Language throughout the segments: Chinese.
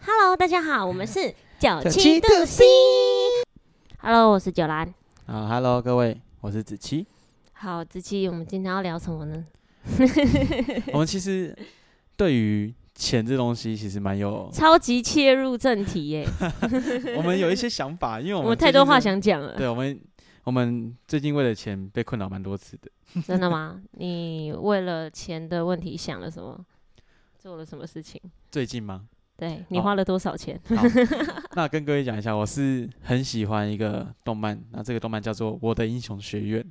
Hello，大家好，我们是九七七度度 C。C Hello，我是九兰。啊，Hello，各位，我是子 期。好，子期，我们今天要聊什么呢？，我们其实对于钱这东西其实蛮有 超级切入正题耶，我们有一些想法，因为 我我们们最太近多话真的。想讲了。对，我们我们最近为了钱被困扰蛮多次的。 真的吗？你为了钱的问题想了什么？做了什么事情？最近吗？对你好花了多少钱？好， 那跟各位讲一下，我是很喜欢一个动漫，那这个动漫叫做《我的英雄学院》。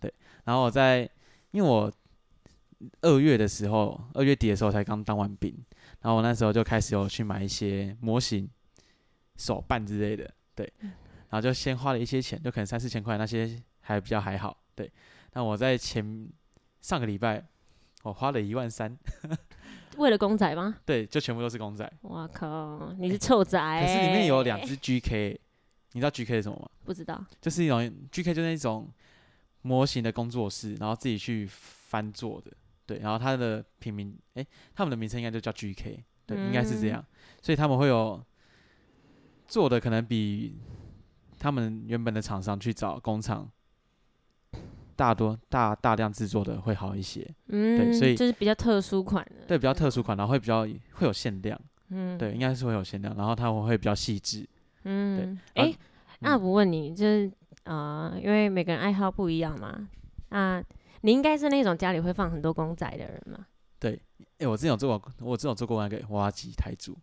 对，然后我在因为我二月的时候，二月底的时候才刚当完兵，然后我那时候就开始有去买一些模型、手办之类的，对，然后就先花了一些钱，就可能三四千块，那些还比较还好，对。那我在前上个礼拜，我花了一万三，为了公仔吗？对，就全部都是公仔，我靠，你是臭仔、哎欸可是里面有两，只 GK，你知道 GK 是什么吗？不知道。就是一种 GK 就是一种模型的工作室，然后自己去翻做的，对，然后它的品名，哎、他们的名称应该就叫 GK，对，应该是这嗯样，所以他们会有做的可能比他们原本的厂商去找工厂大多大大量制作的会好一些，嗯，所以就是比较特殊款的。对，比较特殊款，然后会比较会有限量，嗯，对，应该是会有限量，然后它会比较细致，嗯，对哎、啊那嗯我问你，就是呃，因为每个人爱好不一样嘛，那你应该是那种家里会放很多公仔的人嘛？哎、我之前有做过，我之前有做过那个挖机台柱，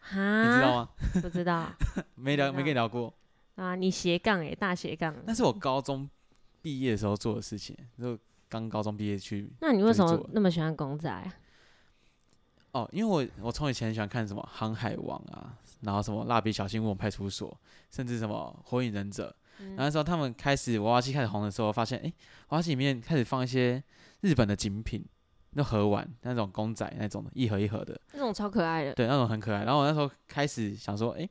哈，你知道吗？ 不知道没聊，不知没跟你聊过。啊？你斜杠哎、大斜杠。那是我高中毕业的时候做的事情，就刚高中毕业去那你为什就么是做那么喜欢公仔啊？哦，因为我我从以前很喜欢看什么《航海王》啊，然后什么《蜡笔小新》《我派出所》，甚至什么《火影忍者》然后那时候他们开始娃娃机开始红的时候，发现诶，娃娃机里面开始放一些日本的精品，那盒碗那种公仔那种的，一盒一盒的，那种超可爱的，对，那种很可爱。然后我那时候开始想说，诶，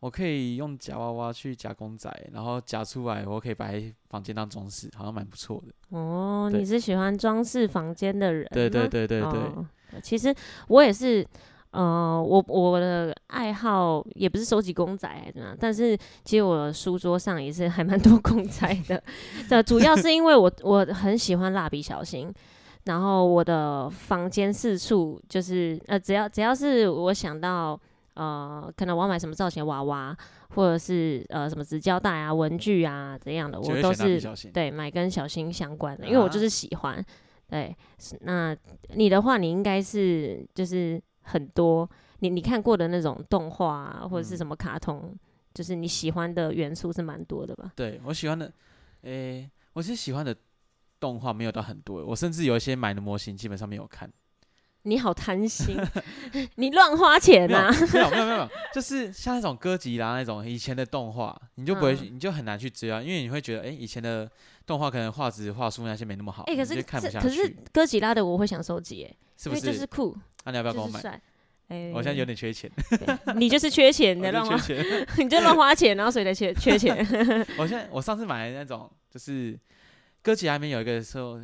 我可以用夹娃娃去夹公仔，然后夹出来，我可以摆在房间当装饰，好像蛮不错的。哦，对你是喜欢装饰房间的人吗？对对对对对，哦其实我也是，呃，我我的爱好也不是收集公仔还是怎么样，但是其实我书桌上也是还蛮多公仔的。这主要是因为我我很喜欢蜡笔小新，然后我的房间四处就是呃，只要只要是我想到。呃，可能我要买什么造型的娃娃，或者是呃什么纸胶带啊、文具啊这样的，就我会都选蜡笔是小新。对，买跟小新相关的，因为我就啊是喜欢。对，是那你的话，你应该是就是很多你你看过的那种动画、啊、或者是嗯什么卡通，就是你喜欢的元素是蛮多的吧？对我喜欢的，诶、我其实喜欢的动画没有到很多，我甚至有一些买的模型基本上没有看，你好贪 心，你乱花钱啊没呐、有没有没有没有，就是像那种哥吉拉那种以前的动画，你就不会去，嗯你就很难去追啊，因为你会觉得，诶、以前的动画可能画质画术那些没那么好， 哎、可你是就看不这下可去，是哥吉拉的我会想收集、欸，是因不为就是酷，那、你要不要跟就我是买？帅。哎我现在 有点缺钱，对你就是缺钱我的，就乱花缺，钱。 你就乱花钱，然后所以才缺缺钱。我现在我上次买的那种就是哥吉拉里面有一个时候，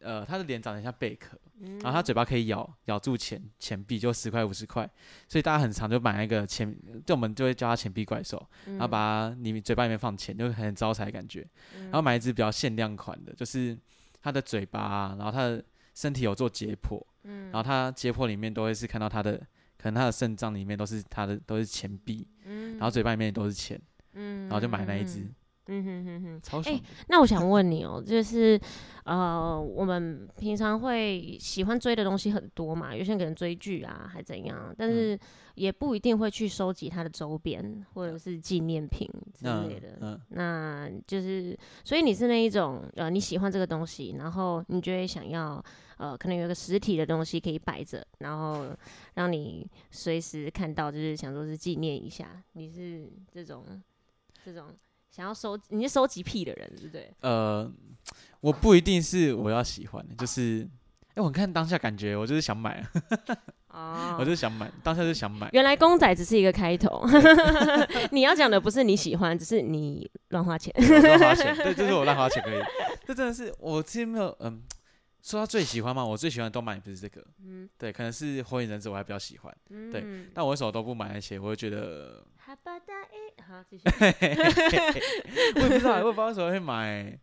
呃，他的脸长得很像贝壳， 嗯然后他嘴巴可以咬咬住钱钱币，就十块五十块，所以大家很常就买那个钱，就我们就会叫它钱币怪兽，然后嗯把它里面嘴巴里面放钱，就很招财的感觉。然后买一只比较限量款的，就是它的嘴巴啊、然后它的身体有做解剖，嗯然后它解剖里面都会是看到它的，可能它的肾脏里面都是它的都是钱币，然后嘴巴里面也都是钱，然后就买那一哎只，嗯哼哼哼。超爽的。那我想问你哦，就是呃，我们平常会喜欢追的东西很多嘛，有些人可能追剧啊，还怎样，但是也不一定会去收集它的周边或者是纪念品之类的。嗯，那就是，所以你是那一种呃，你喜欢这个东西，然后你就会想要呃，可能有一个实体的东西可以摆着，然后让你随时看到，就是想说是纪念一下。你是这种这种想要收，你是收集癖的人，对不对？呃，我不一定是我要喜欢的，就是。哎、我看当下感觉，我就是想买，哦我就是想买，当下就 想买。原来公仔只是一个开 头，你要讲的不是你喜欢，只是你乱花钱。对我乱花钱，对，就是我乱花钱而已。这真的是我之前没有，嗯，说他最喜欢嘛，我最喜欢的动漫也不是这个，嗯对，可能是火影忍者我还比较喜欢，嗯，对。但我为什么都不买那些？我会 觉得哈巴达一，好，继续。我也不知道，我也不知道为什么会买，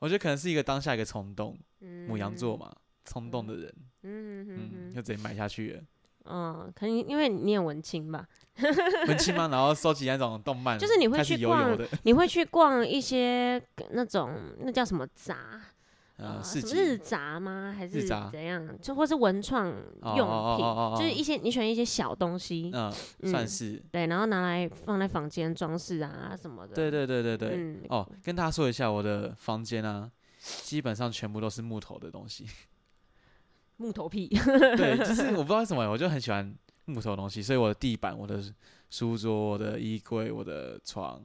我觉得可能是一个当下一个冲动，母母羊座，嘛，冲动的人，嗯嗯嗯，嗯就直接买下去了。嗯，可能因为你也文青吧，文青嘛，然后收集那种动漫，就是你会开始去油逛 油的，你会去逛一些那种那叫什么杂呃，啊什市么集日杂吗？还是杂怎样？就或是文创哦用哦品，哦哦就是哦一些你选一些小东西，嗯，嗯算是，对，然后拿来放在房间装饰啊什么的。对对对对对。嗯，哦，跟大家说一下，我的房间啊，基本上全部都是木头的东西。木头 屁，对，就是我不知道为什么，我就很喜欢木头的东西，所以我的地板、我的书桌、我的衣柜、我的床，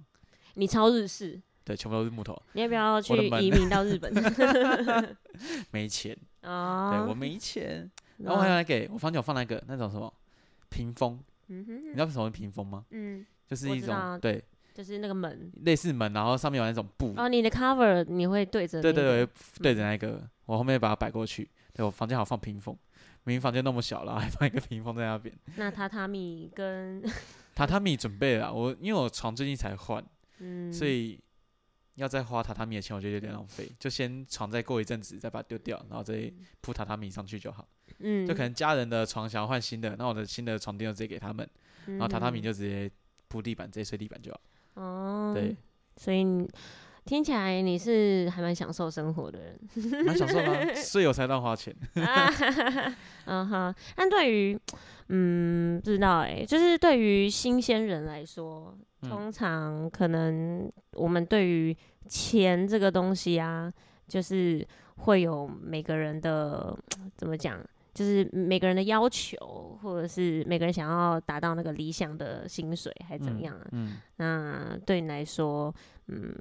你超日式，对，全部都是木头。你要不要去我的门移民到日 本？没钱，对哦，我没钱。然后我还拿给我房间有放那个那种什么屏风，嗯你哼，知道什么是屏风吗？嗯，就是我一知道种对就是那个门。类似门，然后上面有那种布，哦，你的 cover 你会对着、那嗯对个？嗯对对，对着那个，我后面把它摆过去。对我房间好像放屏风，明明房间那么小，然后还放一个屏风在那边。那榻榻米跟榻榻米准备了啊，我因为我床最近才换，嗯， 所以要再花榻榻米的钱，我觉得有点浪费。就先床再过一阵子，再把它丢掉，然后再铺榻榻米上去就好。嗯，就可能家人的床想要换新的，那我的新的床垫就直接给他们，然后榻榻米就直接铺地板，直接睡地板就好。嗯哦， 对，，所以你听起来你是还蛮享受生活的人蛮享受吗？所以我才乱花钱。啊，哈哈哈 嗯哈。但对于嗯不知道哎、就是对于新鲜人来说，嗯通常可能我们对于钱这个东西啊，就是会有每个人的怎么讲，就是每个人的要求，或者是每个人想要达到那个理想的薪水，还怎么样啊？嗯，那对你来说，嗯，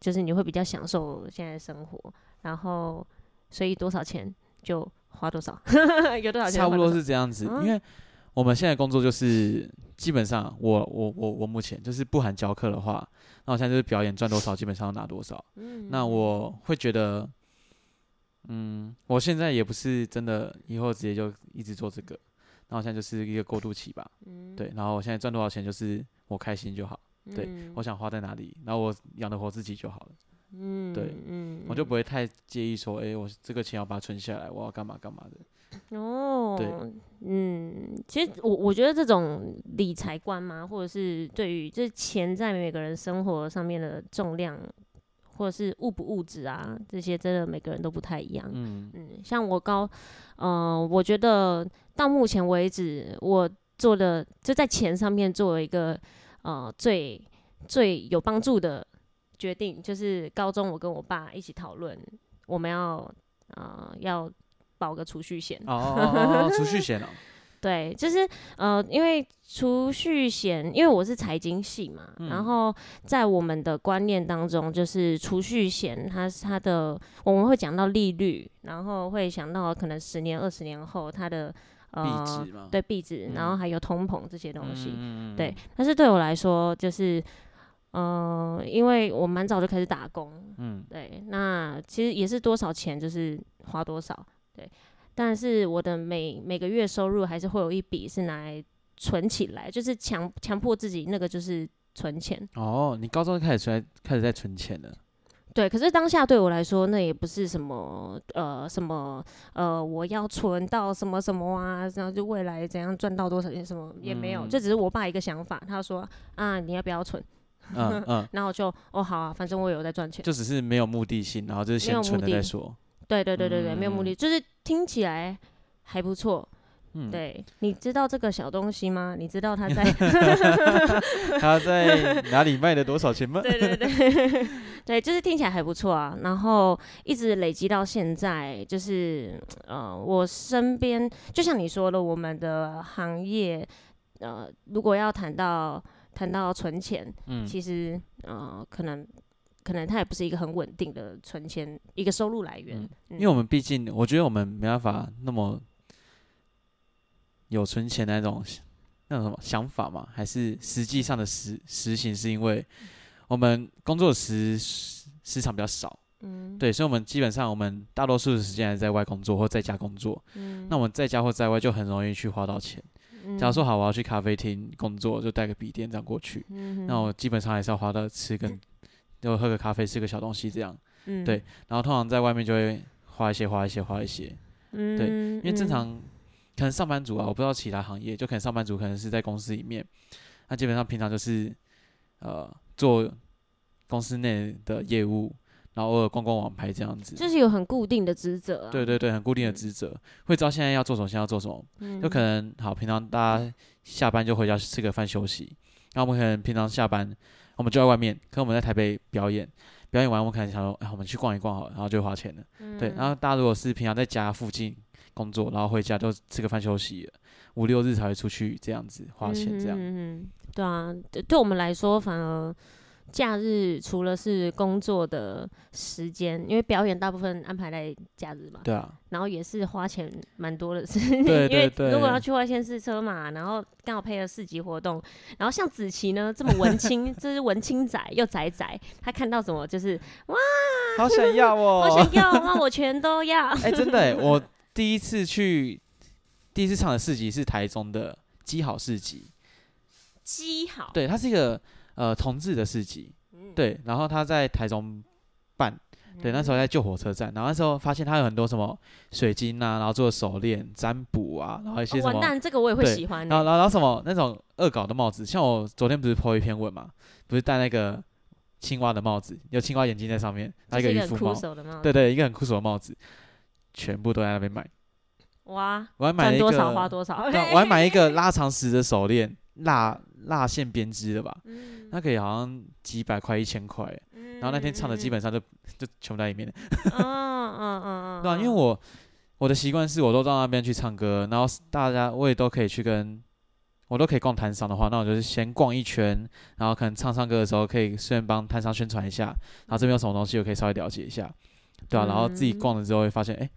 就是你会比较享受现在的生活，然后所以多少钱就花多少， 有多少嗯钱差不多是是这样子，嗯因为我们现在工作就是基本上我我我我目前就是不含教课的话，那我现在就是表演赚多少，基本上拿多少。嗯那我会觉得，嗯，我现在也不是真的以后直接就一直做这个，那我现在就是一个过渡期吧，对。然后我现在赚多少钱就是我开心就好，对嗯我想花在哪里，然后我养得活自己就好了，嗯对嗯我就不会太介意说，诶，我这个钱要把它存下来，我要干嘛干嘛的。哦，对嗯，其实我我觉得这种理财观嘛，或者是对于就是钱在每个人生活上面的重量，或者是物不物质啊，这些真的每个人都不太一样。嗯嗯，像我高，呃，我觉得到目前为止，我做的就在钱上面做了一个呃最最有帮助的决定，就是高中我跟我爸一起讨论，我们要呃要保个储蓄险。哦哦 哦哦，储蓄险哦，对，就是呃，因为储蓄险，因为我是财经系嘛，嗯然后在我们的观念当中，就是储蓄险它是它的，我们会讲到利率，然后会想到可能十年、二十年后它的呃币值嘛，对币值，然后嗯还有通膨这些东西。嗯对，，但是对我来说，就是呃，因为我蛮早就开始打工，嗯对，那其实也是多少钱就是花多少，对。但是我的每每个月收入还是会有一笔是拿来存起来，就是强强迫自己那个就是存钱。哦，你高中就开始存，开始在存钱了，对，可是当下对我来说，那也不是什么呃什么呃我要存到什么什么啊，然后就未来怎样赚到多少钱什么也没有，嗯这只是我爸一个想法，他说啊你要不要存？ 嗯嗯，然后我就哦好啊，反正我有在赚钱。就只是没有目的性，然后就是没有先存目了的再说。对对对对对，没有目的，就是听起来还不错，嗯，对，你知道这个小东西吗？你知道它 在他在哪里卖了多少钱吗？对对对 对，就是听起来还不错啊。然后一直累积到现在，就是呃，我身边就像你说的，我们的行业呃，如果要谈到谈到存钱，嗯其实呃，可能可能它也不是一个很稳定的存钱一个收入来源，嗯嗯因为我们毕竟，我觉得我们没办法那么有存钱的那种那种什么想法嘛，还是实际上的实实行，是因为我们工作时时长比较少，嗯，对，所以我们基本上我们大多数的时间还是在外工作或在家工作。嗯，那我们在家或在外就很容易去花到钱。嗯假如说，好，我要去咖啡厅工作，就带个笔电这样过去，嗯那我基本上还是要花到吃跟就喝个咖啡，吃个小东西这样。哼，对然后通常在外面就会花一些，花一些，花一些，嗯，对嗯，因为正嗯常可能上班族啊，我不知道其他行业，就可能上班族可能是在公司里面，那基本上平常就是呃做公司内的业务，然后偶尔逛逛网拍这样子。就是有很固定的职责啊，对对对，很固定的嗯职责，会知道现在要做什么，现在要做什么。嗯，就可能好，平常大家下班就回家吃个饭休息，然后我们可能平常下班我们就在外面，可能我们在台北表演，表演完我们可能想说，哎，我们去逛一逛好了，然后就花钱了。嗯对，然后大家如果是平常在家附近工作，然后回家就吃个饭休息了，五六日才会出去这样子花钱这样。嗯嗯嗯对啊，对对我们来说，反而假日除了是工作的时间，因为表演大部分安排在假日嘛，对啊，然后也是花钱蛮多的事，对 对因为如果要对去外县市车嘛，然后刚好配合市集活动，然后像子琪呢这么文青，这是文青仔又宅宅，他看到什么就是 好想要我哦！想要，那我全都要。 哎，真的哎，我第一次去，第一次唱的市集是台中的基好市集，鸡好，对，它是一个呃同志的市集，嗯，对，然后他在台中办，对，那时候哦嗯在旧火车站，然后那时候发现他有很多什么水晶啊，然后做手链、占卜啊，然后一些哦什完么，蛋，这个我也会对喜欢欸。然后然后然后什么那种恶搞的帽子，像我昨天不是 po 一篇文嘛，不是戴那个青蛙的帽子，有青蛙眼睛在上面，还这是有一一个个渔很夫酷帽，手的帽子，对对，一个很酷手的帽子，全部都在那边买，哇，我还买了赚一个，多少花多少， 对啊我还买一个拉长石的手链，蜡蜡线编织的吧，嗯那个也好像几百块、一千块，然后那天唱的基，本上就就全部在里面了，嗯嗯嗯嗯，对啊，因为我我的习惯是我都到那边去唱歌，然后大家我也都可以去跟我都可以逛摊商的话，那我就是先逛一圈，然后可能唱唱歌的时候可以顺便帮摊商宣传一下，然后这边有什么东西我可以稍微了解一下，对啊，然后自己嗯逛了之后会发现，哎、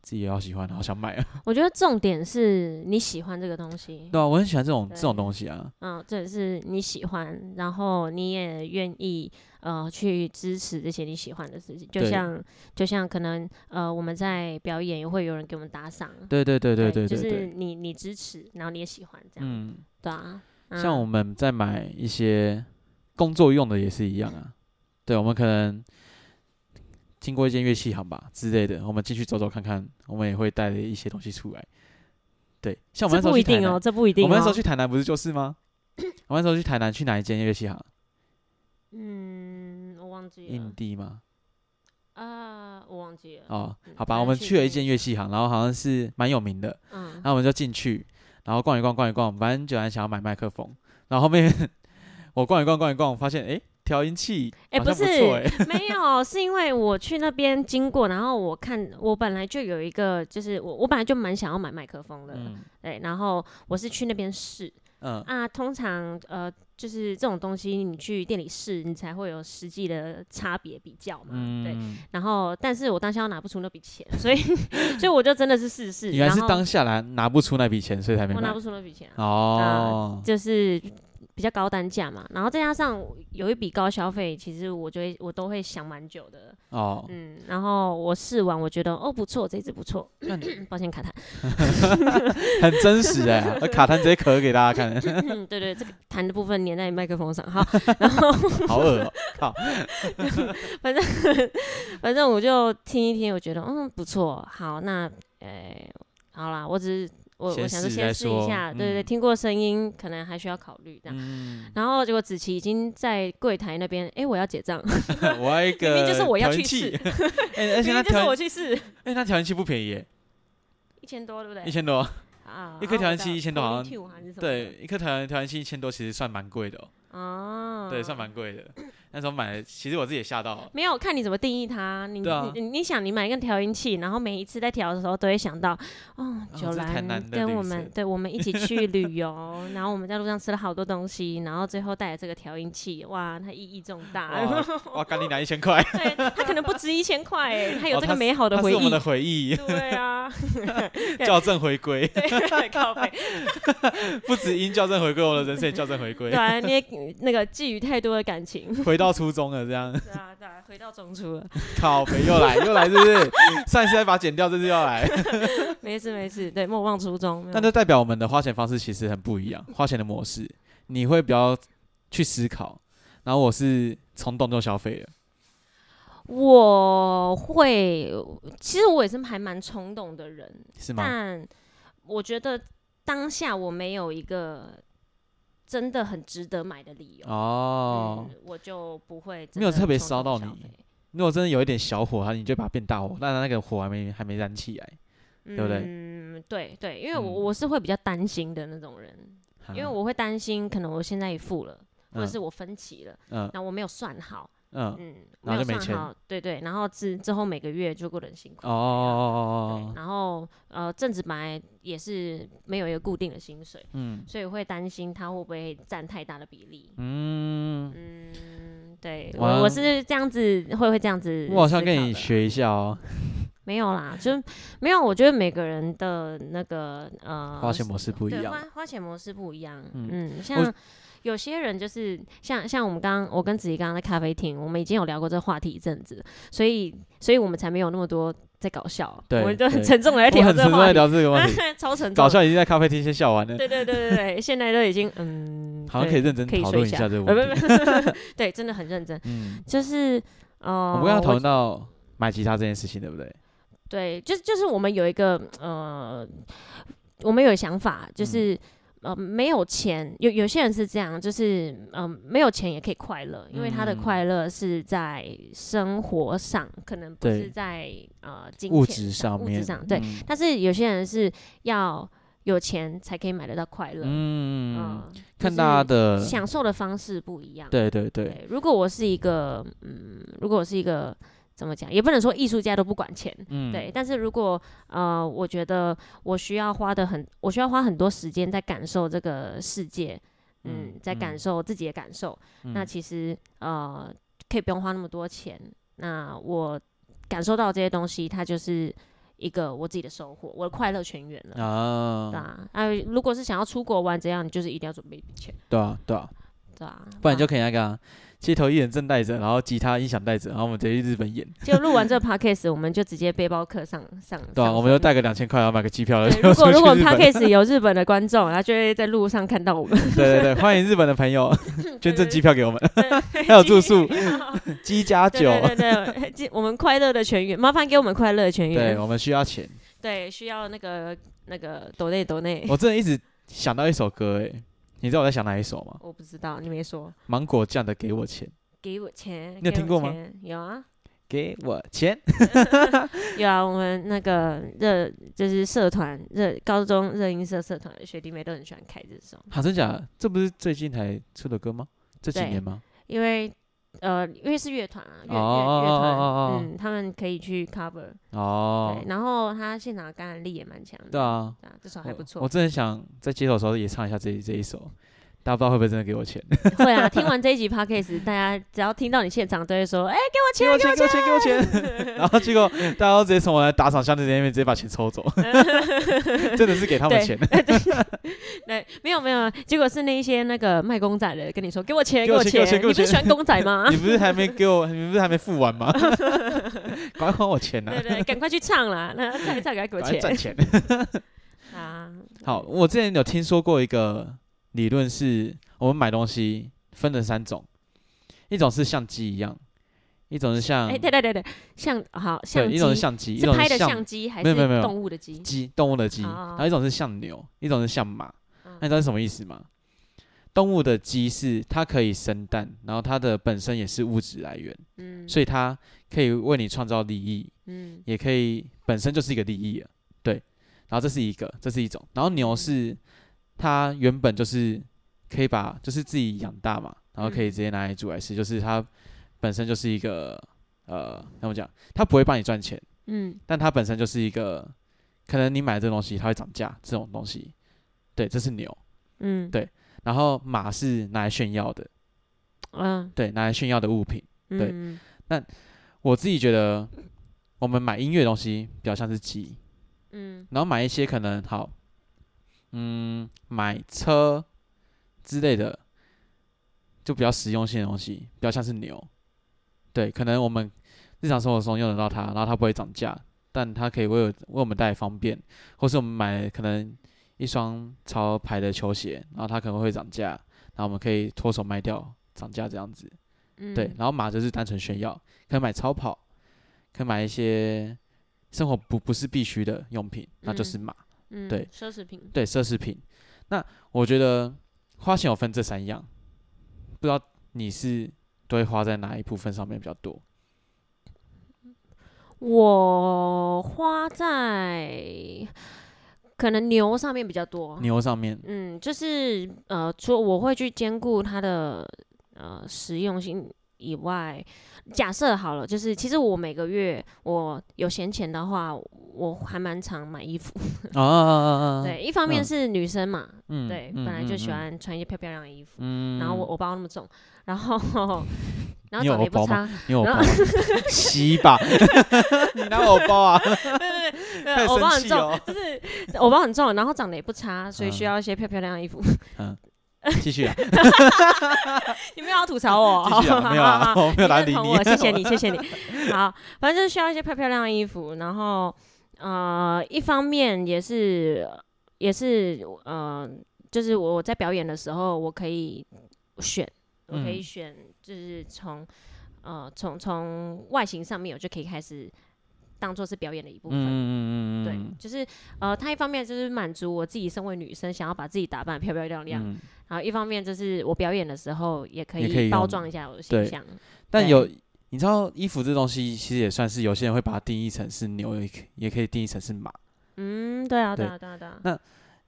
自己也要喜欢，然后想买 啊，我觉得重点是你喜欢这个东西，对啊，我很喜欢这种对这种东西啊，嗯，这是你喜欢，然后你也愿意呃去支持这些你喜欢的事情，就对像就像可能呃我们在表演也会有人给我们打赏，对对对对对就对对，是你你支持，然后你也喜欢这样，嗯，对啊，嗯像我们在买一些工作用的也是一样啊，对，我们可能经过一间乐器行吧之类的，我们进去走走看看，我们也会带一些东西出来。对，像我这们那时候不一去台定南，哦，这不一定我哦，们那时候去台南不是就是吗？我们那时候去台南去哪一间乐器行？嗯，我忘记印了地吗？啊，我忘记了，哦嗯，好反吧，正我们去去了一一间乐器行，然后好像是蛮有名的，嗯然，后我们就进去，然后逛一逛，逛一逛，反正就很想要买麦克风，然后后面 我逛一逛，逛一逛，发现诶，调音器哎好不像不是错欸诶。没有，是因为我去那边经过，然后我看我本来就有一个，就是我我本来就蛮想要买麦克风的，嗯对，然后我是去那边试嗯，啊，通常呃就是这种东西你去店里试，你才会有实际的差别比较嘛，对。嗯，然后，但是我当下又拿不出那笔钱，所以 所以我就真的是试试，原来然是后当下拿拿不出那笔钱，所以才没我买拿不。出那笔钱啊、哦，就是比较高单价嘛，然后再加上有一笔高消费，其实我就会我都会想蛮久的，哦，嗯，然后我试完，我觉得哦不错，这支不错，那你抱歉 卡痰，啊很真实哎，我卡痰直接咳给大 家看，嗯，对对，这个痰的部分粘在麦克风上，好，然后 好恶哦。反正反正我就听一听，我觉得嗯不错，好，那呃好啦，我只是我我先想说试先再试一说下，对对对，嗯听过声音可能还需要考虑这样，嗯，然后结果子琪已经在柜台那边，诶，我要结账， 我要一明个明就是我要调音去器试， 哎，而且明明那就是调我音，去试，哎，那调音器不便宜耶，一千多对不对？一千多。啊，一颗调音器我知道1000多好像 Q 还是什么？对，，一颗调调音器一千多，其实算蛮贵的哦，哦，对，算蛮贵的。那时候买，其实我自己也吓到了，没有看你怎么定义它。你、对啊你你想，你买一个调音器，然后每一次在调的时候都会想到，哦，啊这九是台南兰的跟旅我们程对我们一起去旅 游，然后我们在路上吃了好多东西，然后最后带了这个调音器，哇，它意义重大。哇，哇，干你拿一千块， 对，它可能不值一千 块哎，它有哦这它个美好它回是我忆们。的回忆， 对啊，校正回归，对，靠背。不止因校正回归，我的人生也校正回归 对，啊，你也那个寄予太多的感情。回到初中了，这样对啊对啊，回到中初了， 靠北又来又来，是不是？上一次还把它剪掉，这次又来，没事没事，对，莫忘初衷。没有那就代表我们的花钱方式其实很不一样，花钱的模式，你会比较去思考，然后我是冲动就消费了。我会，其实我也是还蛮冲动的人，是吗？但我觉得当下我没有一个真的很值得买的理由，哦，嗯我就不会真的没有特别冲动烧到消你费，如果真的有一点小火，它你就把它变大火，那那个火还没还没燃起来，对不对嗯，对对，因为我嗯我是会比较担心的那种人，啊因为我会担心，可能我现在也付了，或者嗯是我分期了，嗯然后我没有算好，嗯嗯，然后有就没算钱好，对对，然后之之后每个月就过得很辛苦哦哦。哦对，哦哦，然后呃，正职本来也是没有一个固定的薪水，嗯所以会担心它会不会占太大的比例。嗯，嗯，对哇我我是这样子，会会这样子。我好像跟你，学一下哦，没有啦，就没有。我觉得每个人的那个呃，花钱模式不一对样花花钱模式不一样。嗯嗯，像有些人就是像像我们刚我跟子怡刚刚在咖啡厅，我们已经有聊过这个话题一阵子，所以所以我们才没有那么多在搞笑，对我们都很对沉重的在我聊很这个沉重在 话题，聊这个问题，超沉重，搞笑已经在咖啡厅先笑完了，对对对对对，现在都已经嗯，好像可以对认真可以讨睡论一下下这个呃问题。不不不， 对，真的很认真，嗯，就是我呃，们刚刚讨论到买吉他这件事情，对不对？对，就就是我们有一个呃，我们有想法，嗯就是、呃，没有钱，有有些人是这样，就是嗯、呃，没有钱也可以快乐，因为他的嗯快乐是在生活上，可能不对是在呃金物钱质上上面物质上对，嗯但是有些人是要有钱才可以买得到快乐，嗯、嗯，就看是大家的，享受的方式不一样，对对对，对，如果我是一个，嗯，如果我是一个怎么讲，也不能说艺术家都不管钱，嗯，对。但是如果呃，我觉得我需要花的很，我需要花很多时间在感受这个世界，嗯，嗯在嗯感受自己的感受，嗯，那其实呃，可以不用花那么多钱。那我感受到这些东西，它就是一个我自己的收获，我的快乐全员了。对啊，啊，那、如果是想要出国玩这样，你就是一定要准备一笔钱，对啊对啊，对啊，不然啊就可以那个啊街头艺人正带着，然后吉他音响带着，然后我们直接去日本演，就录完这 个 podcast，我们就直接背包客上上。对啊，上我们就山带个两千块，然后买个机票了。对，如果如果就去日本 podcast 有日本的观众，然后就会在路上看到我 们对 对对，欢迎日本的朋友捐赠机票给我们，对还有 住宿 机加对酒，哦对对对 记，我们快乐的全员，麻烦给我们快乐的全对哦员。我们需要钱。对，需要那个那个抖内抖内，我真的一直想到一首歌，哎，你知道我在想哪一首吗？我不知道，你没说，芒果酱的《给我钱》，给我钱，你有给听我过吗钱？有啊，给我钱，有啊，我们那个热就是社团热高中热音社社团的学弟妹都很喜欢开这首，好真假的？这不是最近才出的歌吗？这几对年吗？因为呃，因为是乐团啊，乐乐哦乐团，哦哦哦嗯，他们可以去 cover，哦对，，然后他现场的感染力也蛮强的，对，啊，这首还我不我错，真的很想在街头的时候也唱一下这一这一首，大家不知道会不会真的给我钱？会啊，听完这一集 podcast，大家只要听到你现场都会说，哎，给我 钱，给我钱，给我钱！ 然后结果大家都直接从我的打赏箱子里面直接把钱抽 走，真的是给他们对钱，对，没有没有，结果是那一些那个卖公仔的跟你说，给我钱，给我我钱给我钱你给我不是喜钱欢公仔吗 ？你不是还没给我，你不是还没付完 吗？赶快还我钱呐、对对，赶快去唱啦！那唱一唱，赶快给我赶钱快赚钱！啊！好，我之前有听说过一个理论是，我们买东西分了三种，一种是相机一样，一种是像哎，对对对对，像好相嗯对，机一种是相机，一是种拍是的像相机还是没有没有没有动物的鸡？鸡，动物的鸡，哦然后一种是像牛，一种是像马。嗯那你知道是什么意思吗？动物的鸡是它可以生蛋，然后它的本身也是物质来源，嗯所以它可以为你创造利益，嗯也可以本身就是一个利益了。对，然后这是一个，这是一种。然后牛是它原本就是可以把就是自己养大嘛，然后可以直接拿来煮来吃，就是它本身就是一个呃，怎么讲？它不会帮你赚钱，嗯，但它本身就是一个，可能你买这个东西它会涨价这种东西，对，这是牛。嗯，对然后马是拿来炫耀的，嗯，对，拿来炫耀的物品。对嗯，我自己觉得，我们买音乐的东西比较像是鸡，嗯，然后买一些可能好，嗯，买车之类的，就比较实用性的东西，比较像是牛。对，可能我们日常生活中用得到它，然后它不会涨价，但它可以为我为我们带来方便，或是我们买可能一双潮牌的球鞋，然后它可能会涨价，然后我们可以脱手卖掉涨价这样子。嗯对，然后马就是单纯炫耀，可以买超跑，可以买一些生活不不是必须的用品，那就是马。嗯对奢侈品，对，奢侈品。那我觉得花钱有分这三样，不知道你是都会花在哪一部分上面比较多？我花在可能牛上面比较多，牛 上面，嗯，就是呃，除我会去兼顾它的呃实用性以外，假设好了，就是其实我每个月我有闲钱的话，我还蛮常买衣服。啊啊啊啊啊！对，一方面嗯是女生嘛，嗯，嗯对，本来就喜，嗯欢穿一些漂漂亮的衣服，嗯，然后我我包那么重，然后 然后你有长得也包不吗差，嗯你有然 包后吗洗吧，你拿我包 啊？太对，我包生很气重，哦！就是我包很重，然后长得也不差，所以需嗯要一些漂漂亮的衣服。 继续啊，你没有要吐槽我， 继续啊，没 有啊，我没有打你理认同你我，，谢谢 你，谢谢你。好，反正就是需要一些漂漂亮的衣服，然后呃，一方面也是也是呃，就是我在表演的时候，我可以选，我可以嗯选，就是从呃从从外形上面，我就可以开始当做是表演的一部分。嗯嗯嗯嗯，对，就是呃，它一方面就是满足我自己身为女生想要把自己打扮得漂漂亮亮，嗯，然后一方面就是我表演的时候也可也可以以用包装一下我的形对象。但对有你知道衣服这东西，其实也算是有些人会把它定义成是牛，也可也可以定义成是马。嗯，对啊，对对啊，对啊，对啊。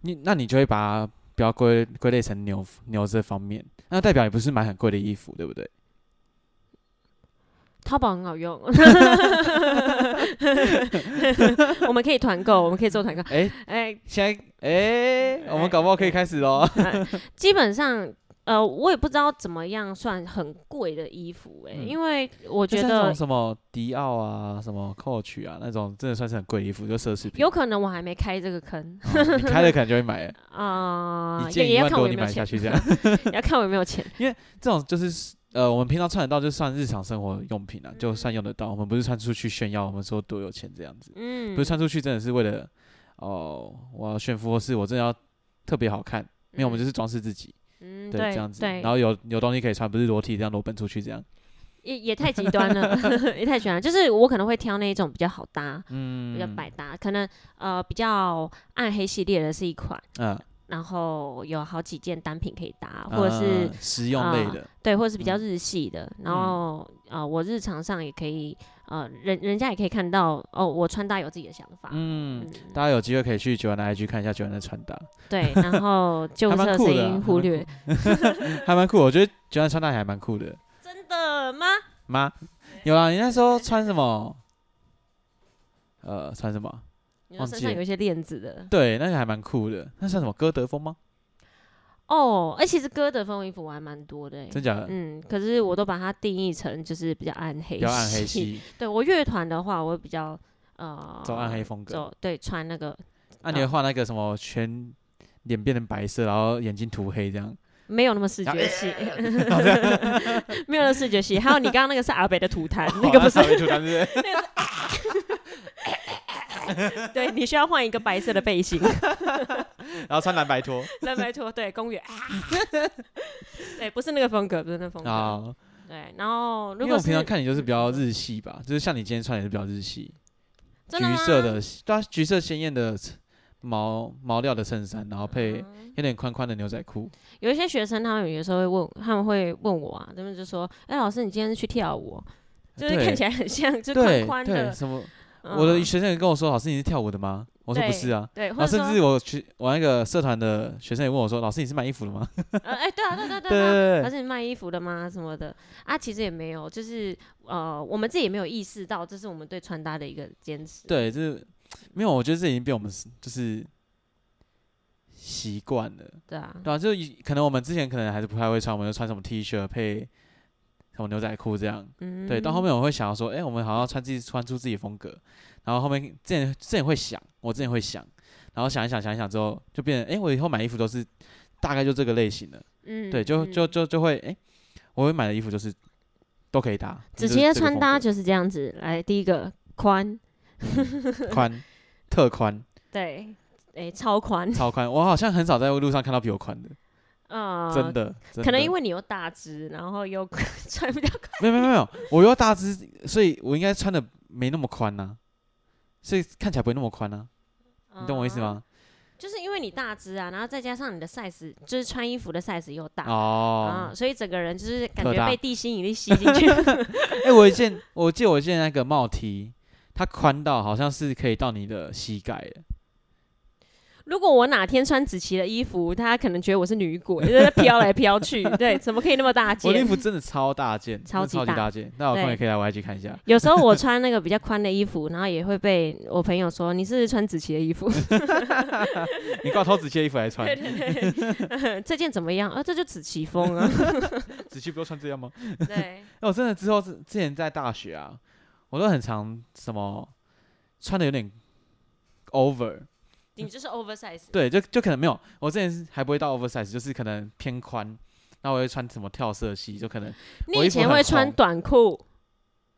你那你就会把它不要归归类成牛牛这方面，那代表也不是买很贵的衣服，对不对？淘宝很好用， 我们可以团购，我们可以做团购。哎、哎，现在哎、我们搞不好可以开始喽。基本上，呃，我也不知道怎么样算很贵的衣服、哎、嗯因为我我 觉那得种什么迪奥啊，什么 Coach 啊，那种真的算是很贵的衣服，就奢侈品。有可能我还没开这个坑哦你开了可能就会买了， 啊、你借也一要万看我多有你没有买下钱，去 这样。要看我有没有钱。这种就是呃，我们平常穿得到，就算日常生活用品啊，就算用得到。我们不是穿出去炫耀，我们说多有钱这样子。嗯，不是穿出去真的是为了哦，我要炫富，或是我真的要特别好看。没有，我们就是装饰自己，嗯，对，对这样子。对然后有有东西可以穿，不是裸体这样裸奔出去这样。也也太极端了， 也太极端了。就是我可能会挑那一种比较好搭、嗯，比较百搭，可能呃比较暗黑系列的是一款。嗯，然后有好几件单品可以搭，嗯，啊或者是、嗯实用类啊的，对，或者是比较嗯日系的。然后呃，我日常上也可以呃，人人家也可以看到哦，我穿搭有自己的想法。嗯，嗯大家有机会可以去九安的 IG 看一下九安的穿搭，对，然 后救护还车的蛮酷声的啊还音蛮忽略，还蛮酷。我觉得九安穿搭还蛮酷的。真的吗？妈，有啦，你那时候穿什么？呃，穿什么？你忘说身记上了有一些链子的对，那个还蛮酷的。那算什么？哥德风吗？哦，哎、其实哥德风衣服我还蛮多的、欸真。假的？嗯，可是我都把它定义成就是比较暗黑，比较暗黑。系， 对我乐团的话，我会比较呃走暗黑风格。走对穿那个那、你会画那个什么全脸变成白色，然后眼睛涂黑这样？没有那么视觉系， 没有那么视觉系。还有你刚刚那个是阿北的吐 痰， 哦那个不是稍，微涂但是对你需要换一个白色的背心， 然后穿蓝白拖那拜托，对公园，啊对，不是那个风格，不是那个风格。啊。对，然后如因为果我平常是看你就是比较日系吧，就是像你今天穿也是比较日系，真橘吗色，的，对啊，橘色鲜艳的毛毛料的衬衫，然后啊配有点宽宽的牛仔裤。有一些学生他们有些时候会问，他们会问我啊，他们就说：“哎，老师，你今天是去跳舞哦？”就是对看起来很像，就宽对宽对，的。什么？嗯我的学生也跟我说，老师你是跳舞的吗？我说对不是啊。对，然或后者甚说至我去我那个社团的学生也问我说，老师你是卖衣服的吗？呃，哎、对啊，对对 对对啊对对而且你卖衣服的吗？什么的啊？其实也没有，就是呃，我们自己也没有意识到，这是我们对穿搭的一个坚持。对，就是没有，我觉得这已经被我们是就是习惯了，对啊，对啊，就以可能我们之前可能还是不太会穿，我们就穿什么 T 恤配什么牛仔裤这样，嗯，对，到后面我会想要说，哎、我们好像穿自己穿出自己的风格，然后后面之前之前会想，我之前会想，然后想一想想一想之后，就变成哎、诶我以后买衣服都是大概就这个类型的，嗯，对，就就嗯就就会哎、诶我会买的衣服就是都可以搭，子就是琪的这个穿风搭格就是这样子。来，第一个宽，宽，特宽，对，诶、哎超宽，超宽。我好像很少在路上看到比我宽的，呃，真的。真可能的因为你又大只，然后又 穿比较宽，没有没有没有，我又大只，所以我应该穿的没那么宽呐、所以看起来不会那么宽呐、你懂我意嗯？思吗？就是因为你大只啊，然后再加上你的 size，就是穿衣服的 size 又大。啊、哦，所以整个人就是感特觉大被地心引力吸 进去。哎、我一件，我记得我一件那个帽 T，它宽到好像是可以到你的膝盖的。如果我哪天穿子琪的衣服，大家可能觉得我是女鬼， 就是飘来飘 去。对，怎么可以那么大我的衣件？服真的超大件，真的超级超级大大件。那有空对也可以来我 IG 看一下。有时候我穿那个比较宽的衣服，然后也会被我朋友说你是不是穿子琪的衣服。你挂偷子期的衣服来 穿对，对对， 这件怎么样？啊，这就子琪风 啊。子期不要穿这样吗？对，哎、我真的之后是之前在大学啊，我都很常什么穿的有点 over，你就是 oversize。对，就就可能没有，我之前是还不会到 oversize，就是可能偏宽，那我会穿什么跳色系，就可能你我衣以服前很会穿红短裤，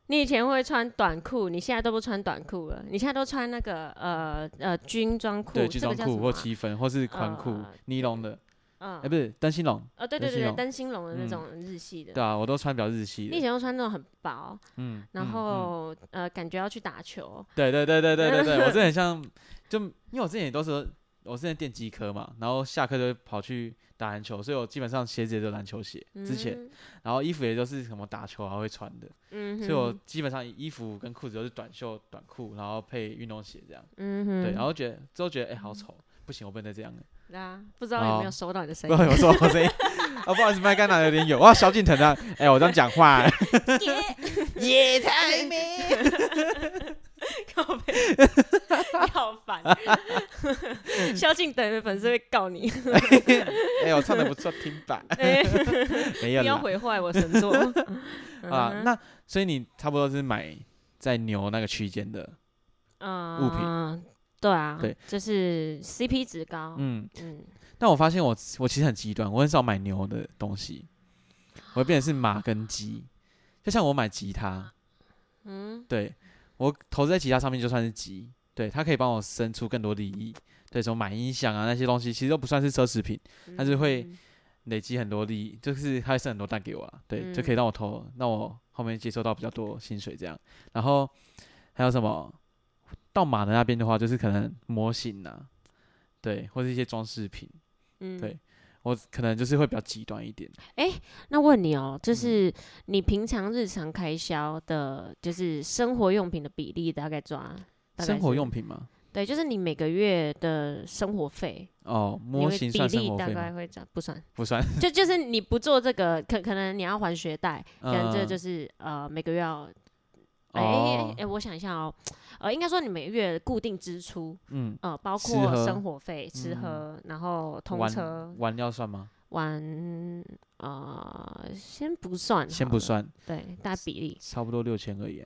你以前会穿短裤，你现在都不穿短裤了，你现在都穿那个呃呃军装裤，对军这个装叫什裤么或啊七分或是宽裤呃、尼龙的，嗯，哎，不是灯芯绒，哦对对灯芯对对，绒灯芯绒的那嗯种日系的。对啊，我都穿比较日系你以的，前都穿那种很薄，嗯，嗯然嗯后、呃，感觉要去打球，对对对对对对对，我真的很像，就因为我之前也都是我之前电机科嘛，然后下课就会跑去打篮球，所以我基本上鞋子也都篮球鞋，之嗯前，然后衣服也都是什么打球啊还会穿的，嗯，嗯所以我哼，基本上衣服跟裤子都是短袖短裤，然后配运动鞋这样。嗯哼，对，然后觉得之后觉得哎、好丑，不行，我不能再这样了。啊，不知道有没有哦收到你的声不 音好，意思，我说我声音，啊，不好意思，麦干拿有点有，哇，萧敬腾啊，哎、我这样讲话、 野太美，靠背， 你好烦， 萧敬腾的粉丝会告 你，哎、我唱的不错，听 吧，哎没有不要嗯啦，毁坏我神作 啊，那所以你差不多是买在牛那个区间的，嗯物品嗯对啊，对，就是 CP 值高，嗯，嗯，但我发现我我其实很极端，我很少买牛的东西，我会变成是马跟鸡，就像我买吉他，嗯对我投资在吉他上面就算是鸡，对，它可以帮我生出更多利益，对，什么买音响啊那些东西，其实都不算是奢侈品。嗯，但是会累积很多利益，就是他会剩很多蛋给我啦，啊对，嗯就可以让我投，让我后面接收到比较多薪水这样。然后还有什么？到马的那边的话，就是可能模型啊，对，或是一些装饰品，嗯，对我可能就是会比较极端一点。那问你哦，嗯就是你平常日常开销的，就是生活用品的比例大概抓？大概生活是用品嘛，对，就是你每个月的生活费，哦，你模会型比算生例活大费概吗？会涨，不算，不算，就就是你不做这个，可可能你要还学贷，可能这嗯就是呃每个月要，哎哎哦，哎，我想一下哦，呃，应该说你每个月固定支出，嗯，呃，包吃括喝生活费、吃嗯喝，然后通车玩、玩要算吗？玩，呃，先不算，先不，算，对，大概比例。差不多六千而已。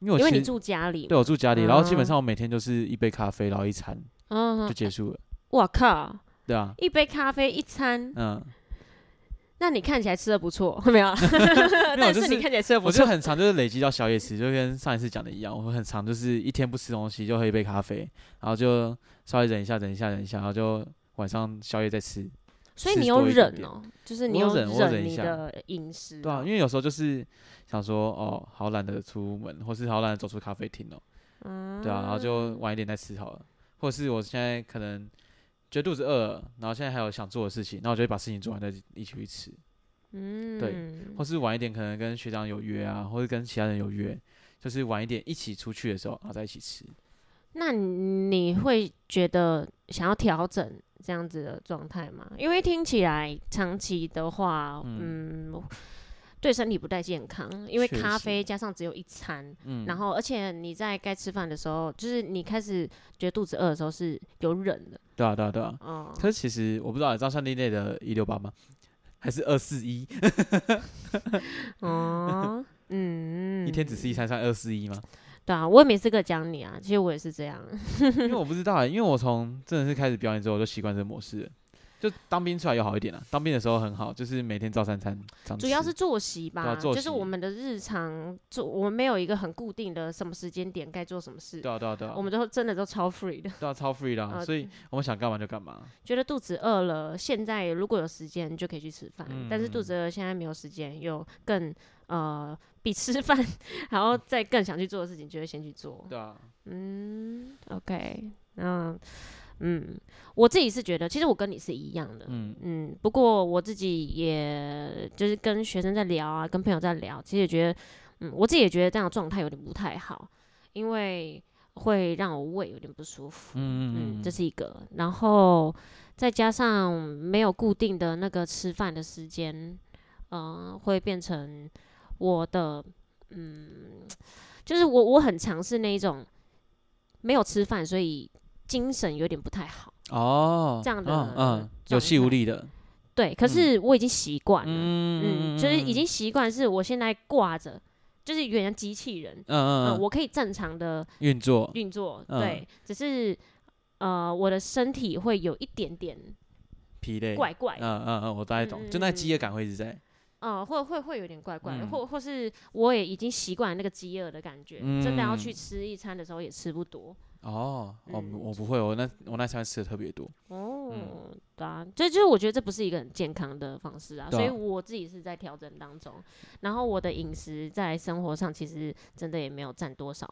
因为我因为其你实住家里对嘛，我住家里，然后基本嗯上我每天就是一杯咖啡，然后一餐嗯就哼，结束了，我靠，对啊，一杯咖啡一餐， 嗯，那你看起来吃的不错， 没 有啊？但就是是你看起来吃的不我就错，很常就是累积到宵夜吃，就跟上一次讲的一样，我很常就是一天不吃东西就喝一杯咖啡，然后就稍微忍一下，忍一下，忍一下，然后就晚上宵夜再吃，所以吃你多有一点忍点哦，就是你我有有忍我有忍一你下的饮食，哦对啊，因为有时候就是想说哦，好懒得出门，或是好懒得走出咖啡厅哦，嗯对啊，然后就晚一点再吃好了，或是我现在可能觉得肚子饿了，然后现在还有想做的事情，那我就会把事情做完再一起去吃。嗯对或是晚一点可能跟学长有约啊，或是跟其他人有约，就是晚一点一起出去的时候，然后再一起吃。那你会觉得想要调整这样子的状态吗？因为听起来长期的话，嗯。对身体不太健康，因为确咖实啡加上只有一餐，嗯，然后而且你在该吃饭的时候，就是你开始觉得肚子饿的时候是有忍的，对啊，对啊，对啊。 哦、可是其实我不知道，这样算另类的一六八吗？还是二四一？嗯哦，嗯，一天只吃一餐算二四一吗？对啊，我也没资格讲你嗯啊，其实我也是这样，因为我不知道、欸，因为我从真的是开始表演之后，我就习惯这个模式了。就当兵出来有好一点了、啊当兵的时候很好，就是每天照三餐。常主要吃是作息吧，对啊作就是我息们的日常，做我们没有一个很固定的什么时间点该做什么事，对啊对啊对啊，我们都真的都超 free 的， 对啊超 free 啦、呃所以我们想干嘛就干嘛。觉得肚子饿了，现在如果有时间就可以去吃饭，但是肚子饿现在没有时间，有更呃 比吃饭然后再更想去做的事情，就会先去做。对啊，嗯，OK，那嗯，我自己是觉得，其实我跟你是一样的，嗯嗯，不过我自己也就是跟学生在聊啊，跟朋友在聊，其实也觉得，嗯，我自己也觉得这样的状态有点不太好，因为会让我胃有点不舒服，嗯嗯，这是一个，然后再加上没有固定的那个吃饭的时间，嗯、会变成我的，嗯，就是我我很尝试那一种没有吃饭，所以精神有点不太好。哦这样的嗯嗯有状气无态力的，对，可是我已经习惯了，嗯嗯，就是已经习惯是我现在挂着，就是原来机器人，嗯、哦嗯嗯嗯我可以正常的运作，运作，嗯对，只是呃，我的身体会有一点点疲累，怪怪的，嗯嗯嗯，我大概懂，就那饥饿感会一直在，嗯、会会会有点怪怪的，嗯或或是我也已经习惯了那个饥饿的感觉，真的要去嗯吃一餐的时候也吃不多，哦，我嗯我不会，我那我那餐吃的特别多，哦，对啊，这就是我觉得这不是一个很健康的方式啊，所对啊以我自己是在调整当中，然后我的饮食在生活上其实真的也没有占多少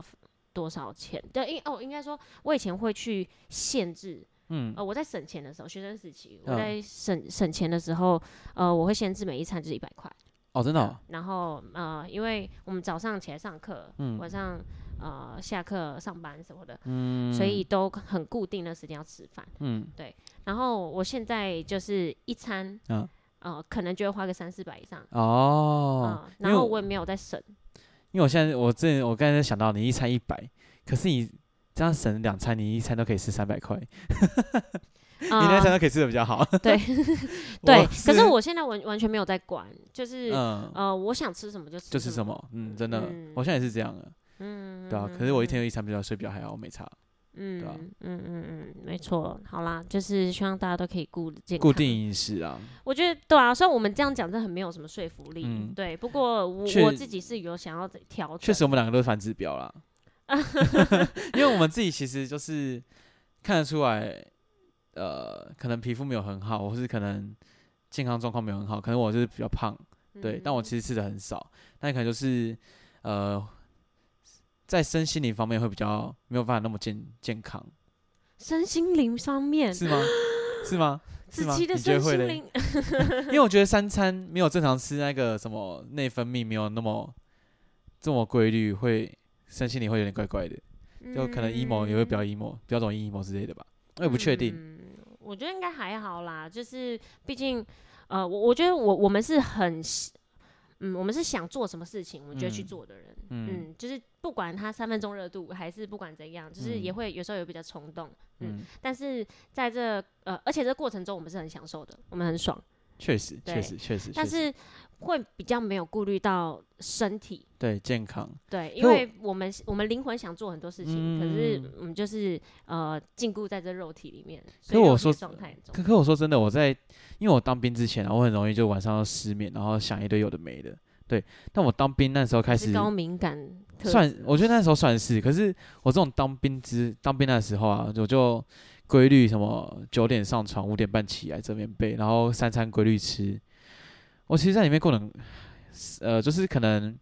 多少钱，对，应哦应该说，我以前会去限制，嗯呃，我在省钱的时候，学生时期嗯我在省、省钱的时候，呃，我会限制每一餐就是一百块，哦，真的哦，然后呃，因为我们早上起来上课，嗯晚上呃下课上班什么的，所以都很固定的时间要吃饭。嗯，然后我现在就是一餐，嗯呃，可能就会花个三四百以上，哦，嗯因然为后我我也没有在 省，因为我现在我之前我刚才想到你一餐一百，可是你这样省两餐，你一餐都可以吃三百块，你你那餐都可以吃的比较好，啊 对我呃对，可是我现在完完全没有在管，就是、嗯。呃，我想吃什么就吃就是什么，么，嗯，真的，嗯我现在也是这样的，嗯，对啊。可是我一天有一餐比较睡比较还好，我没差。嗯，对啊嗯嗯嗯嗯，没错，好啦，就是希望大家都可以顾健康固定，饮食啊，我觉得对啊，虽然我们这样讲真的很没有什么说服力，嗯对，不过我确我自己是有想要调整，确实，我们两个都是反指标 啦， 因为我们自己其实就是看得出来，呃，可能皮肤没有很好，或是可能健康状况没有很好，可能我就是比较胖，嗯对，但我其实吃的很少，但可能就是呃，在身心灵方面会比较没有办法那么健健康，身心灵上面，是吗？是吗？是自吗？己的你觉身得会心嘞？灵，因为我觉得三餐没有正常吃，那个什么内分泌没有那么这么规律，会身心里会有点怪怪的。 就可能嗯 emo 也会比较 emo，比较容易 emo 之类的吧。我也不确定。嗯，我觉得应该还好啦，就是毕竟，呃，我我觉得我我们是很喜，嗯，我们是想做什么事情，我们就会去嗯做的人。嗯嗯就是不管他三分钟热度，还是不管怎样，就是也会有时候有比较冲动，嗯嗯，但是在这呃，而且这过程中我们是很享受的，我们很爽，确实，确对实，确实，但确实是会比较没有顾虑到身体，对健康，对，因可我为我们我们灵魂想做很多事情，可嗯是我们就是呃禁锢在这肉体里面，可所以我肉体说状态很重可可我说真的，我在因为我当兵之前啊，我很容易就晚上要失眠，然后想一堆有的没的。对，但我当兵那时候开是始高敏感特算质，我觉得那时候算是。可是我这种当兵之当兵的时候啊，我就规律什么九点上床，五点半起来折棉被，然后三餐规律吃。我其实在里面过得很，呃，就是可能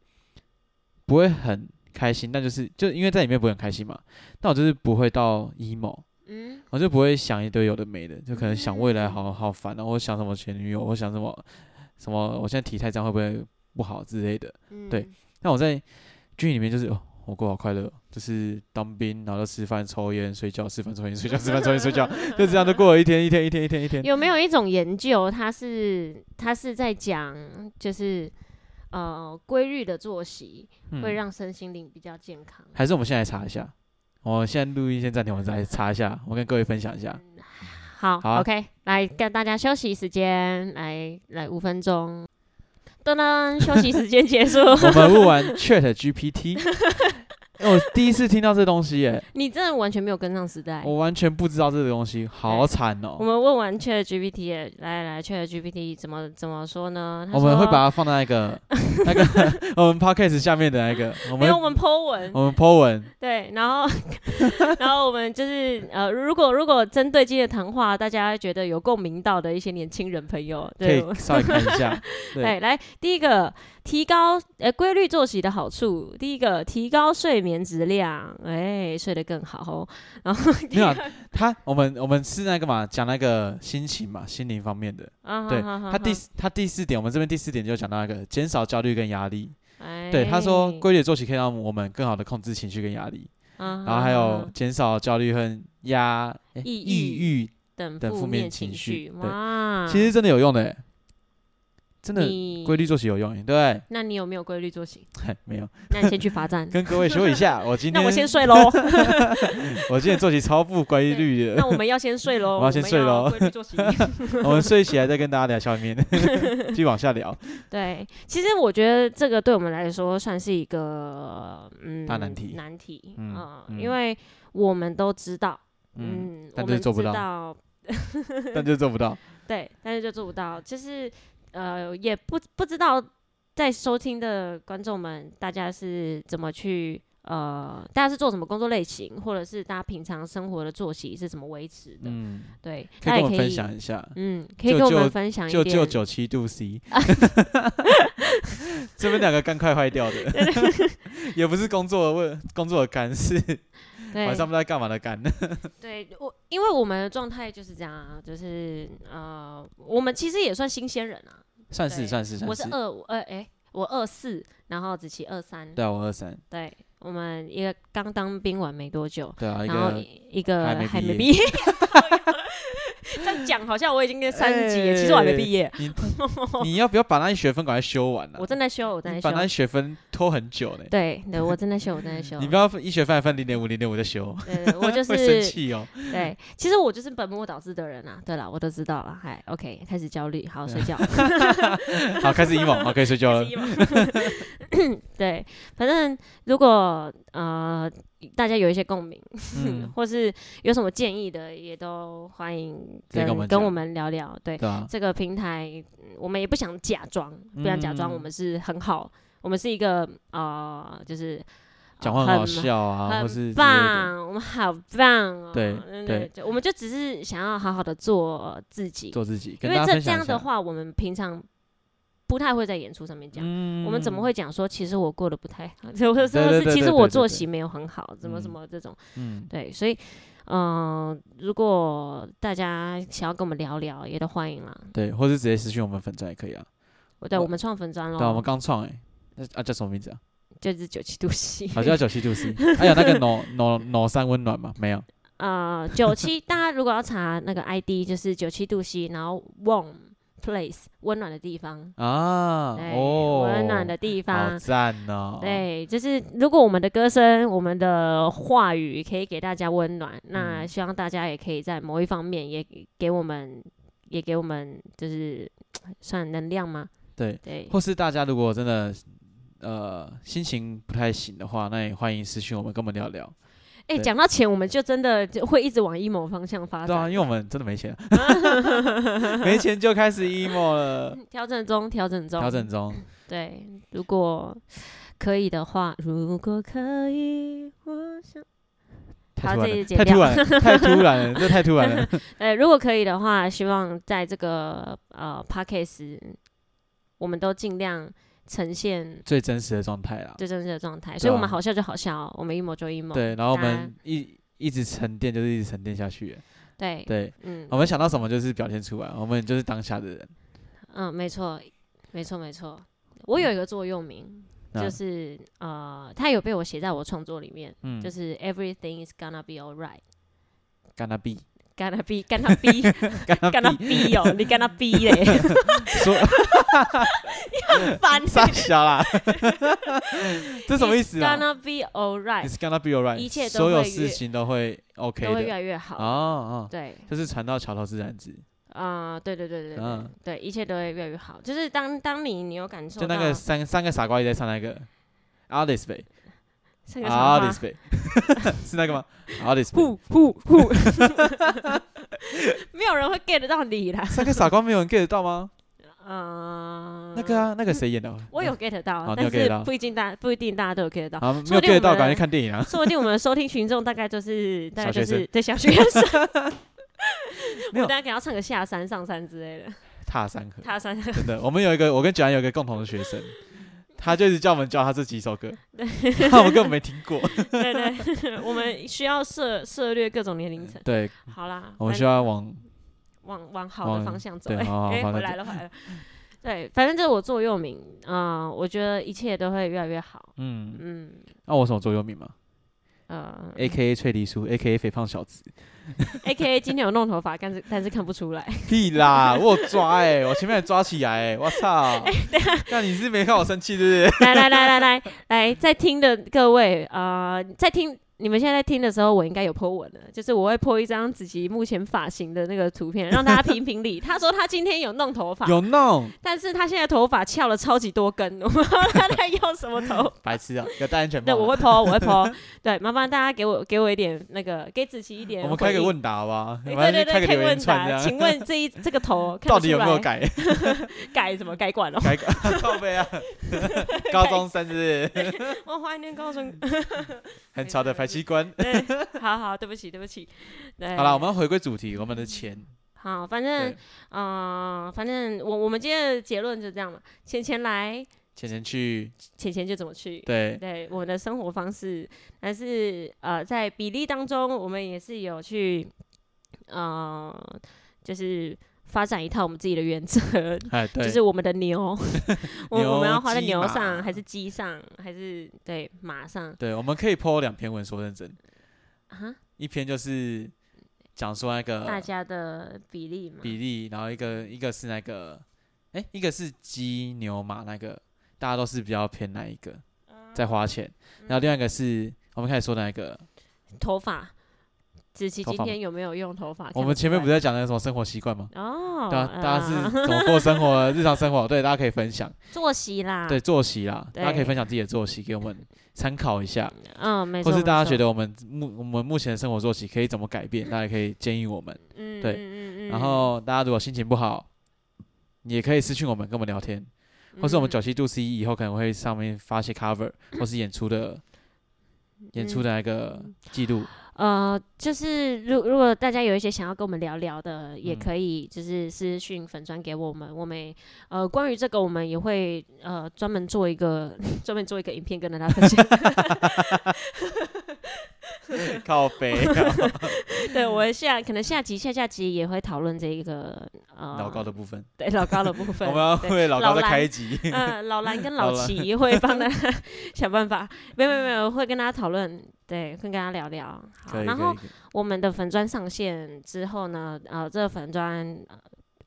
不会很开心，但就是就因为在里面不会很开心嘛，但我就是不会到 emo，嗯我就不会想一堆有的没的，就可能想未来嗯好好烦啊，我想什么前女友，我想什么什么，我现在体态这样会不会不好之类的。嗯，对，那我在军营里面就是哦，我过好快乐，就是当兵，然后就吃饭、抽烟、睡觉，吃饭、抽烟、睡觉，吃饭、抽烟、睡觉，就这样就过了一天一天一天一天一天。有没有一种研究，它是它是在讲就是呃规律的作息嗯会让身心灵比较健康？还是我们现在查一下，我现在录音先暂停，我们再查一下，我跟各位分享一下。好好啊 o k 来跟大家休息时间，来来五分钟， 噔噔，休息时间结束。我们录完 Chat GPT，我第一次听到这东西耶，你真的完全没有跟上时代。我完全不知道这个东西，好惨哦、我们问完 Chat GPT，来来来，Chat GPT 怎么怎么说呢？他我们会说把它放在那 个那个我们 podcast 下面的那个，我没们哦有我们 Po 文，我们 po 文，对，然后 然后我们就是呃，如果如果针对今天的谈话，大家觉得有共鸣到的一些年轻人朋友，可对 以，稍微看一下。对哎，来，第一个提高呃规律作息的好处，第一个提高睡眠质量，哎，睡得更好哦。然后第没有二啊他我们我们是那个嘛，讲那个心情嘛，心灵方面的。 啊对哈哈他第哈四他第四点，我们这边第四点就讲到那个减少焦虑跟压力。哎对，他说规律的作息可以让我们更好的控制情绪跟压力，啊哈然后还哈有哈减少焦虑和压哎抑抑郁，等等负负面面情情绪对哇，其实真的有用的欸，真嗯的你规律作息有用欸，对不那你有没有规律作息？对？ 没有，。那你先去罚站 跟各位说一下，我 今那天我先睡 喽。我今天作息超不规律的那，我们要先睡喽。我要先睡咯我们要规律作 息。我们睡起来再跟大家聊下面， 继续往下聊。对，其实我觉得这个对我们来说算是一个嗯大难题难题嗯啊、嗯因为我们都知道，嗯，嗯，但我就是们做不知到道但就做不到。对，但是就做不到，就是呃，也不不知道在收听的观众们，大家是怎么去呃，大家是做什么工作类型，或者是大家平常生活的作息是怎么维持的？嗯，对，可大家以跟也我可们以分享一下，嗯，可以就跟我就们分享一就就点。九七 度 C，这边两个肝快坏掉的， 也不是工作的问工作的肝，是晚对上不知道干 嘛的肝。对，我因为我们的状态就是这样啊，就是呃，我们其实也算新鲜人啊。算是对算是我算是是，二五二哎，我二四，然后子琪二三，对啊，我二三，对，我们一个刚当兵完没多久，对啊，一然后个一一个还没还毕没业毕业， 这样讲好像我已经三级哎了，其实我还没毕业，你你要不要把那些学分赶快修完啊我？正在修，我正你在把那些修，学分拖很久呢，对对，我正在修，我正在修你。不要一学分还分零点五零点五再修，对，对我就会生是气哦。对，其实我就是本末倒置的人啊。对了，我都知道了。嗨，OK，开始焦虑，好睡 觉。好，开始 emo，好，可以睡觉了。 对，反正如果呃大家有一些共鸣，嗯， 或是有什么建议的，也都欢迎可以跟跟我们跟讲我们聊聊。对，对啊，这个平台，嗯我们也不想假装，不想假装我嗯们是很好，我们是一个啊、呃就是呃讲话很好笑啊，或很是之类的棒，我们好棒哦。对对就我们就只是想要好好的做自己，做自己，因跟为大家这分这享样一下的。话，我们平常不太会在演出上面讲。嗯我们怎么会讲说，其实我过得不太好， 或者说对对是对其对实对我对作对息没有很好，怎么什嗯么这种。嗯，对，所以，嗯、如果大家想要跟我们聊聊，也都欢迎啦。对，或是直接私信我们粉钻也可以啊。我对我我们创粉砖对啊，我们咯，刚创哎，那啊叫什么名字啊？就是九七度 C，好像叫九七 度 C。哎呀，那个 no no no 三温暖嘛，没有呃，九七，大家如果要查那个 ID，就是九七度 C，然后 warm place 温暖的地方，啊？对，哦，温暖的地好方。赞哦。，对，就是如果我们的歌声、我们的话语可以给大家温暖，那嗯希望大家也可以在某一方面也给我们，也给我们就是算能量吗？对对，或是大家如果真的呃心情不太行的话，那也欢迎私信我们，跟我们聊聊。哎、对讲到钱，我们就真的就会一直往 emo 方向发对啊，展。因为我们真的没钱啊， 没钱就开始 emo 了，调整中，调整中，调整。中。嗯对，如果可以的话，如果可以，我想，太好突这然里了，剪太掉突然了，太突然了，这太突 然了。呃，如果可以的话，希望在这个呃 podcast，我们都尽量呈现最真实的状态啦。最真实的状态。所以我们啊好笑就好笑，我们 emo 就 emo。对，然后我大家们一一直沉淀，就是一直沉淀下去。对对，哦嗯我们想到什么就是表现出来，我们就是当下的人。嗯，没错，没错，没错。我有一个座右铭，那就是呃，它有被我写在我创作里面。嗯，就是 everything is gonna be alright。干 他逼， gonna be gonna be 干他 gonna 逼， be 哦，你 gonna be 嘞，说很 烦 傻小啦，这什么意思啊 It's？Gonna be alright， It's gonna be alright，一切都所有会越事情都会 OK 都会越的。来越哦好。哦，对，就是船到桥头自然直，啊、对对对对对、嗯对，一切都会越来越好。就是当当你你有感受就到，那个三三个傻瓜也在唱那个 Alice 呗。上个啊长发， display 是那个吗？啊 display 呼呼呼， 没有人会 get 得到你啦。三个傻瓜没有人 get 得到吗？嗯，那个啊，那个谁演的？我有 get 好到，你但有 get 是到不一定大不一定大家都有 get 到。啊，没说有不定 get 我到，们赶紧看电影啊！ 说不定我们收听群众大概就是大概小就学是生对小学生， 没我有大概给他唱个下山上山之类的，踏山河，他山真的，我们有一个，我跟九安有一个共同的学 生，他就一直叫我们教他这几首歌， 那我们根本没听 过。对对， 我们需要涉涉略各种年龄层。对，好啦，我们反需要往往往好的往方向走。对哎、好好哎好回那来了，回来了。对，反正这是我座右铭。嗯、我觉得一切都会越来越好。嗯，嗯，那、我什么座右铭嘛呃？A K A 脆梨酥，A K A 肥胖 小子。 ，A K A 今天有弄头发，但是但是看不出来。屁啦，我有抓哎、我前面还抓起来哎、我 操！那你是没看我生气对不来来来来来来，在听的各位，呃，在听你们现在在听的时候，我应该有 po 文了，就是我会 po 一张子琪目前发型的那个图片，让大家评评理。他说他今天有弄头发对？，有弄， 但是他现在头发翘了超级多根，我 不知道他在用什么头发白痴啊！有戴安全对，帽我吗。会抛，我会抛。 对，麻烦大家给我给我一点那个，给子琪一点。我们开个，问答吧，对反哎对正就对，开个开留问言串答，这样，请问 这一这个头看得到底出有没有来改？改什么改 管哦？改个靠背 啊，高中生是不是我怀念高 中。很潮的排气官。对，好好，对不起，对不起。对，好了，我们要回归主题，我们的钱。好，反正对嗯、呃反正我我们今天的结论就这样嘛，钱钱来，钱钱去，钱钱就怎么去。对对我们的生活方式，但是呃，在比例当中，我们也是有去呃，就是发展一套我们自己的原则，哎 对，就是我们的 牛，我我们要花在鸡牛马上，还是鸡上，还是对马上对，我们可以 PO 两篇文，说认真，啊？一篇就是讲说那大个家的比例嘛，呃比例，然后一个一个是那个，哎、一个是鸡牛马那个，大家都是比较偏哪一个啊在花钱，嗯然后另外一个是我们开始说那个，啊头发，子琪头今发天有没有用头发？我看们出前面不是来在讲那个什么生活习惯吗？哦，对啊，大家是啊怎么过生活，日常生活，对，大家可以分享，作息啦，对，作息啦，大家可以啊对分享自己的作息给我们参考一下。嗯，没错，或是大家觉得得我们目我们目前的生活作息可以怎么改变，大家可以建议我们。嗯，对嗯嗯嗯，然后大家如果心情不好，也可以私讯我们跟我们聊天，或是我们嗯九七度 C E 以后可能会上面发一些 cover 或是演出的嗯演出的那个记录。呃，就是如如果大家有一些想要跟我们聊聊的，也嗯可以就是私讯粉砖给我们，我们呃关于这个我们也会呃专门做一个 专门做一个影片跟大家分 享。 靠背、啊 对，我下可能下集下下集也会讨论这一个呃老高的部分，对老高的部 我分，们要 对为老高老再蓝开一集。嗯，老蓝跟老老蓝齐会帮他想办法，没有没有没有，会跟大家讨论，对，会跟他聊聊。好，可以可然以后可以我们的粉砖上线之后呢，呃，这个粉砖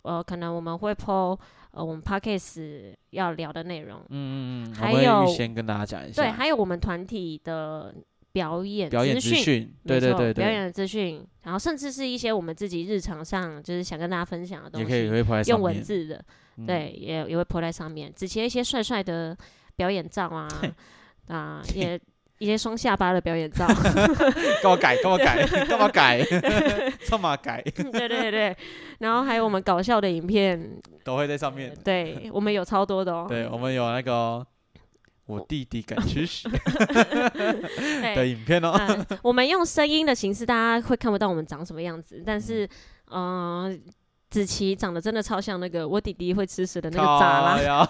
呃，可能我们会 po 呃我们 podcast 要聊的内容，嗯嗯嗯，还我们有会预先跟大家讲一对，下还有我们团体的表演表演资资讯，对没对错对表对，演的资讯，然后甚至是一些我们自己日常上就是想跟大家分享的东也西，可以会拍在上用文面。字的，嗯对，也也会 po 在上面。子琪的一些帅帅的表演照啊，啊， 也一些双下巴的表演照， 干嘛改？干嘛改？干嘛改？干嘛改？对对对。然后还有我们搞笑的影片，都会在上面。对我们有超多的哦。对，我们有那个哦、我弟弟敢吃屎的 对，影片哦。嗯我们用声音的形式，大家会看不到我们长什么样子，但是，嗯。子琪长得真的超像那个我弟弟会吃屎的那个渣 靠啦，呀，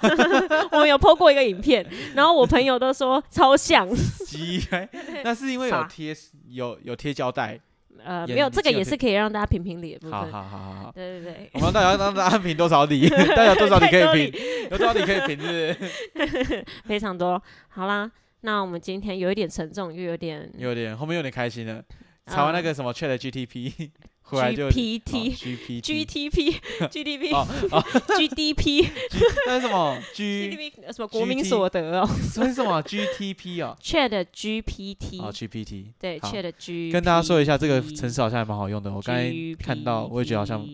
我们有 PO 过一个影片，然后我朋友都说超像，鸡！哎 那是因为有傻贴有有贴胶带。呃，也没有你这个是有也贴是可以让大家评评理的部好分，好好好好。对对对，我们大家让大家评多少理， 大家有多少理可太多以理评，有多少理可以评是不是非常多。好啦，那我们今天有一点沉重，又有点有点后面有点开心了。啊查完那个什么 Chat GTP，回来就哦 GPT、 GPT GTP、哦 GDP、 哦 GDP、那是什么 G GDP 呃什么国民所得哦那是什么 GTP 哦， ，Chat 哦 GPT， GPT 对好，Chat G，跟大家说一下，这个程式好像还蛮好用的。我我刚才看到，我也觉得好像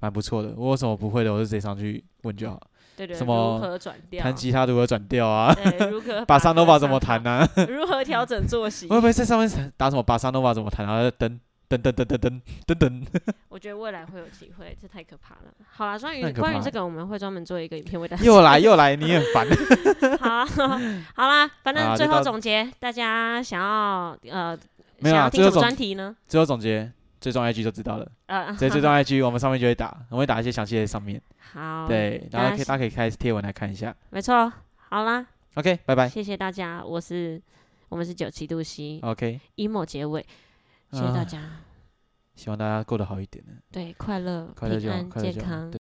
蛮不错的。我有什么不会的，我就直接上去问就好。对对，什么如何转调？弹吉他如何转调啊？对，如 何巴萨萨诺瓦怎么弹？啊？ 如何调整作息？会不会在上面打什么巴萨诺瓦怎么弹啊？噔噔噔噔噔噔噔噔，我觉得未来会有机会，这太可怕了。好啦，关于太可关于怕这个，我们会专门做一个影片为大家。 又来又来，你很烦。 好，好啦，反正好啦最啊就后到总结，大家想要呃，没有想啦要听最什后么总专题呢？最后总结，最终 IG 就知道了，呃，直接最终 IG 我们上面就会打，我们会打一些详细的上面。好，，对，然大家后可以大家可以开贴文来看一下。没错。好啦， OK，拜拜。谢谢大家，我是我们是九七度 C OK， emo 结尾，谢谢大啊家，希望大家过得好一点呢，对，快乐、快乐平就好，安、快乐健就好。康对。